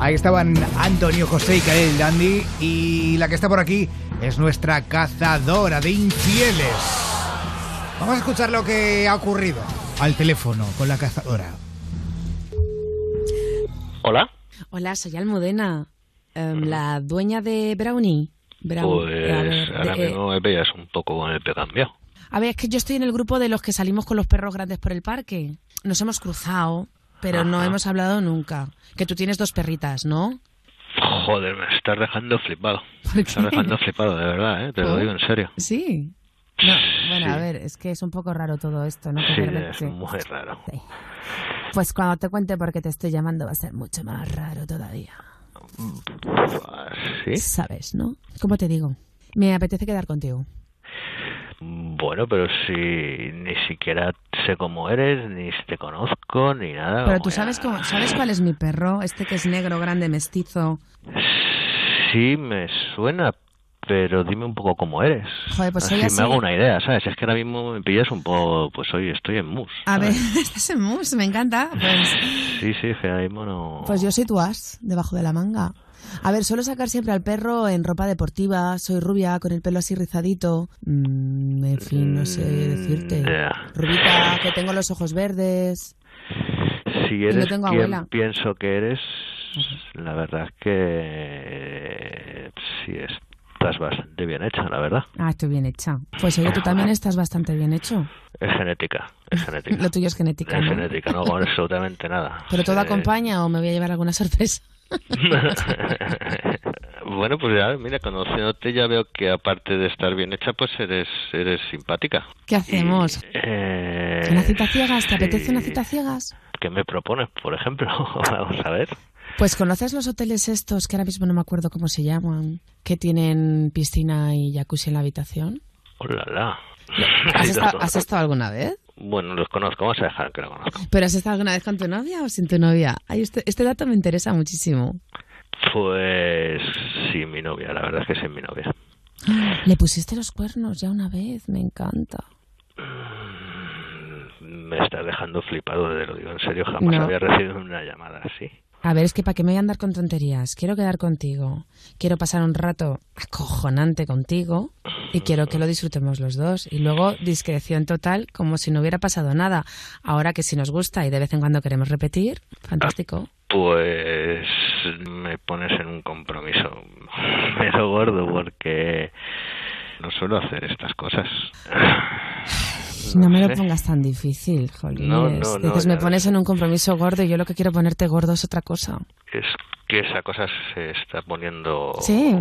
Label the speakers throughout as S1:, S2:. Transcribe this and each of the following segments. S1: Ahí estaban Antonio José y Karel Dandy y la que está por aquí es nuestra cazadora de infieles. Vamos a escuchar lo que ha ocurrido al teléfono con la cazadora.
S2: Hola.
S3: Hola, soy Almudena, em, la dueña de Brownie. Brown- a
S2: Pues
S3: ver,
S2: ahora
S3: de- eh,
S2: mismo me pillas un poco con el pie cambiado.
S3: a ver, es que yo estoy en el grupo de los que salimos con los perros grandes por el parque. Nos hemos cruzado, pero no
S2: Ajá.
S3: hemos hablado nunca. Que tú tienes dos perritas, ¿no?
S2: Joder, me estás dejando flipado.
S3: ¿Por
S2: Me estás
S3: qué?
S2: dejando flipado, de verdad, ¿eh? Te lo
S3: ¿Por?
S2: digo en serio.
S3: Sí. No, bueno,
S2: Sí.
S3: a ver, es que es un poco raro todo esto, ¿no? Que
S2: Sí,
S3: realmente-
S2: es
S3: sí.
S2: muy raro.
S3: Sí. Pues cuando te cuente por qué te estoy llamando va a ser mucho más raro todavía.
S2: Ah, ¿Sí?
S3: Sabes, ¿no? ¿Cómo te digo? Me apetece quedar contigo.
S2: Bueno, pero si ni siquiera sé cómo eres, ni te conozco, ni nada.
S3: Pero
S2: vamos,
S3: tú
S2: ya-
S3: sabes cómo- sabes cuál es mi perro, este que es negro, grande, mestizo.
S2: Sí, me suena, pero dime un poco cómo eres.
S3: Joder, pues soy así.
S2: me hago una idea, ¿sabes? Es que ahora mismo me pillas un poco... Pues hoy estoy en mus.
S3: A ver,
S2: ¿sabes?
S3: estás en mus, me encanta. Pues,
S2: Sí, sí, es que ahora mismo no...
S3: pues yo soy tu as, debajo de la manga. A ver, suelo sacar siempre al perro en ropa deportiva, soy rubia, con el pelo así rizadito. Mm, en fin, no sé decirte.
S2: Mm, Ya.
S3: Rubita, que tengo los ojos verdes.
S2: Si
S3: no
S2: eres
S3: tengo
S2: quien
S3: abuela.
S2: pienso que eres, la verdad es que sí estás bastante bien hecha, la verdad.
S3: Ah, estoy bien hecha. Pues oye, tú también estás bastante bien hecho.
S2: Es genética, es genética.
S3: Lo tuyo es genética,
S2: es
S3: ¿no?
S2: genética, no con absolutamente nada.
S3: ¿Pero todo
S2: Eh,
S3: acompaña o me voy a llevar alguna sorpresa?
S2: bueno, pues ya, mira, conociéndote ya veo que aparte de estar bien hecha, pues eres eres simpática.
S3: ¿Qué hacemos?
S2: Y, eh,
S3: ¿Una cita ciegas? ¿Te apetece una
S2: sí.
S3: cita ciegas?
S2: ¿Qué me propones, por ejemplo? Vamos a ver.
S3: Pues conoces los hoteles estos, que ahora mismo no me acuerdo cómo se llaman, que tienen piscina y jacuzzi en la habitación.
S2: Hola, la.
S3: ¿Has estado, has estado alguna vez?
S2: Bueno, los conozco, vamos a dejar que lo conozco.
S3: ¿Pero has estado alguna vez con tu novia o sin tu novia? Ay, este, este dato me interesa muchísimo.
S2: Pues sí, mi novia, la verdad es que sí, mi novia.
S3: Le pusiste los cuernos ya una vez, me encanta.
S2: Me está dejando flipado, te lo digo en serio, jamás
S3: No.
S2: había recibido una llamada así.
S3: A ver, es que para qué me voy a andar con tonterías. Quiero quedar contigo. Quiero pasar un rato acojonante contigo y quiero que lo disfrutemos los dos. Y luego discreción total, como si no hubiera pasado nada. Ahora que si nos gusta y de vez en cuando queremos repetir, fantástico.
S2: Ah, Pues me pones en un compromiso, pero gordo, porque no suelo hacer estas cosas.
S3: No me lo
S2: sé.
S3: pongas tan difícil, jolines.
S2: No, no, no,
S3: Dices,
S2: ya
S3: me
S2: lo
S3: pones
S2: sé.
S3: en un compromiso gordo y yo lo que quiero ponerte gordo es otra cosa.
S2: Es que esa cosa se está poniendo...
S3: Sí.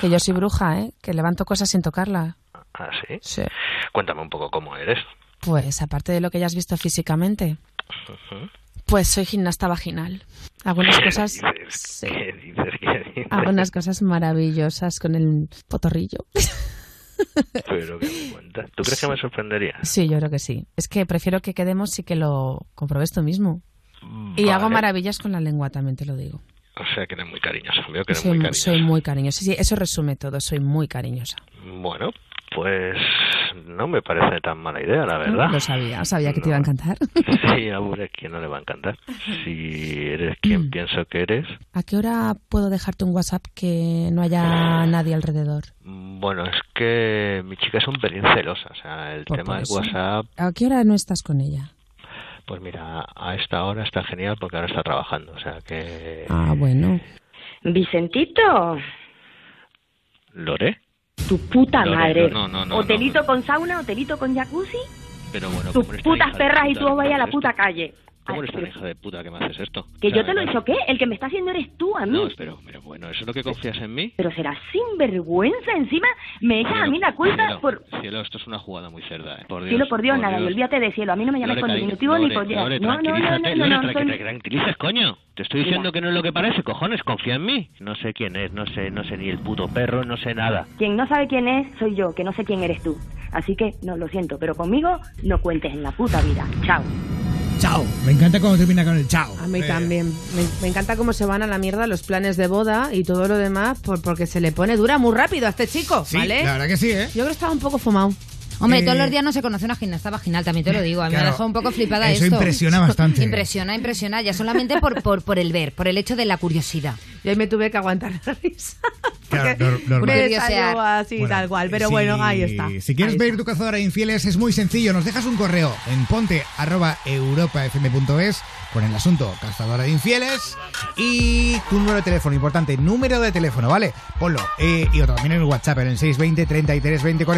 S3: Que yo soy bruja, ¿eh? Que levanto cosas sin tocarla.
S2: ¿Así?
S3: Sí.
S2: Ah, Cuéntame un poco cómo eres.
S3: Pues aparte de lo que ya has visto físicamente,
S2: Ujú.
S3: Pues soy gimnasta vaginal. Algunas cosas,
S2: ¿Qué dices?
S3: sí. Ah,
S2: ¿Qué dices? ¿Qué dices?
S3: Hago unas cosas maravillosas con el potorrillo.
S2: Pero que me cuentas. ¿Tú crees que me sorprendería?
S3: Sí, yo creo que sí. Es que prefiero que quedemos y que lo comprobes tú mismo. Y
S2: Vale.
S3: hago maravillas con la lengua, también te lo digo.
S2: O sea, que eres muy cariñosa. Veo que eres
S3: soy,
S2: muy
S3: mu-
S2: cariñosa.
S3: soy muy cariñosa. Sí, eso resume todo. Soy muy cariñosa.
S2: Bueno, pues no me parece tan mala idea, la verdad.
S3: Lo sabía, sabía que te iba a
S2: No.
S3: encantar.
S2: Sí, a Bure, ¿quién no le va a encantar? Si eres
S3: Mm.
S2: quien pienso que eres,
S3: ¿A qué hora puedo dejarte un WhatsApp que no
S2: Eh,
S3: haya nadie alrededor?
S2: bueno, es que mi chica es un pelín celosa. O sea, el
S3: Pues
S2: tema
S3: por
S2: del
S3: eso.
S2: WhatsApp,
S3: ¿A qué hora no estás con ella?
S2: pues mira, a esta hora está genial porque ahora está trabajando. O sea que...
S3: Ah, bueno.
S4: Vicentito,
S2: ¿Lore?
S4: tu puta
S2: No, no,
S4: madre.
S2: no, no, no,
S4: hotelito
S2: no, no.
S4: con sauna, hotelito con jacuzzi,
S2: Pero bueno,
S4: tus
S2: ¿cómo eres tan
S4: putas
S2: hija de
S4: perras y
S2: puta
S4: tú
S2: que
S4: vaya a
S2: me
S4: la
S2: haces
S4: puta
S2: esto?
S4: calle.
S2: ¿Cómo
S4: Ay,
S2: eres tan
S4: pero-
S2: hija de puta que me haces esto?
S4: Que
S2: O sea,
S4: yo te
S2: de
S4: lo he dicho,
S2: verdad.
S4: ¿qué? El que me está haciendo eres tú a mí. Eh,
S2: No, pero, pero bueno, ¿eso es lo que confías en mí?
S4: Pero será sinvergüenza. Encima me echas a
S2: Cielo,
S4: mí la culpa
S2: cielo,
S4: por...
S2: Cielo, esto es una jugada muy cerda, eh. Por Dios.
S4: Cielo, por Dios, nada, y olvídate de cielo. A mí no me llames
S2: Lore,
S4: con
S2: cari-
S4: diminutivo ni
S2: Lore,
S4: por
S2: Lore,
S4: No, no, no, no,
S2: tranquilízate,
S4: no,
S2: Lore,
S4: no,
S2: tra-
S4: soy-
S2: que te tranquilices, coño. Te estoy diciendo que no es lo que parece, cojones, confía en mí. No sé quién es, no sé, no sé ni el puto perro, no sé nada.
S4: Quien no sabe quién es, soy yo, que no sé quién eres tú. Así que, no, lo siento, pero conmigo no cuentes en la puta vida. Chao.
S1: Chao. Me encanta cómo termina con el chao.
S3: A mí
S1: Eh,
S3: también. Me, me encanta cómo se van a la mierda los planes de boda y todo lo demás por, porque se le pone dura muy rápido a este chico,
S1: Sí,
S3: ¿vale?
S1: la verdad que sí, ¿eh?
S3: Yo creo que estaba un poco fumado.
S5: Hombre,
S1: Eh,
S5: todos los días no se conoce una gimnasta vaginal, también te lo digo. A mí me
S1: Claro,
S5: ha dejado un poco flipada
S1: eso
S5: esto.
S1: impresiona bastante.
S5: Impresiona, impresiona. Ya solamente por, por, por el ver, por el hecho de la curiosidad.
S6: Yo ahí me tuve que aguantar la risa.
S1: Claro,
S6: Porque
S1: nor- normal.
S6: me
S5: Curiosear.
S6: salió así,
S1: Bueno,
S6: tal cual. Pero
S1: si-
S6: bueno, ahí está.
S1: Si quieres
S6: Ahí
S1: ver
S6: está.
S1: tu cazadora de infieles es muy sencillo. Nos dejas un correo en ponte arroba europafm.es con el asunto cazadora de infieles y tu número de teléfono, importante, número de teléfono, ¿vale? Ponlo. Eh, y otro también en el WhatsApp, en el 620 33 20 40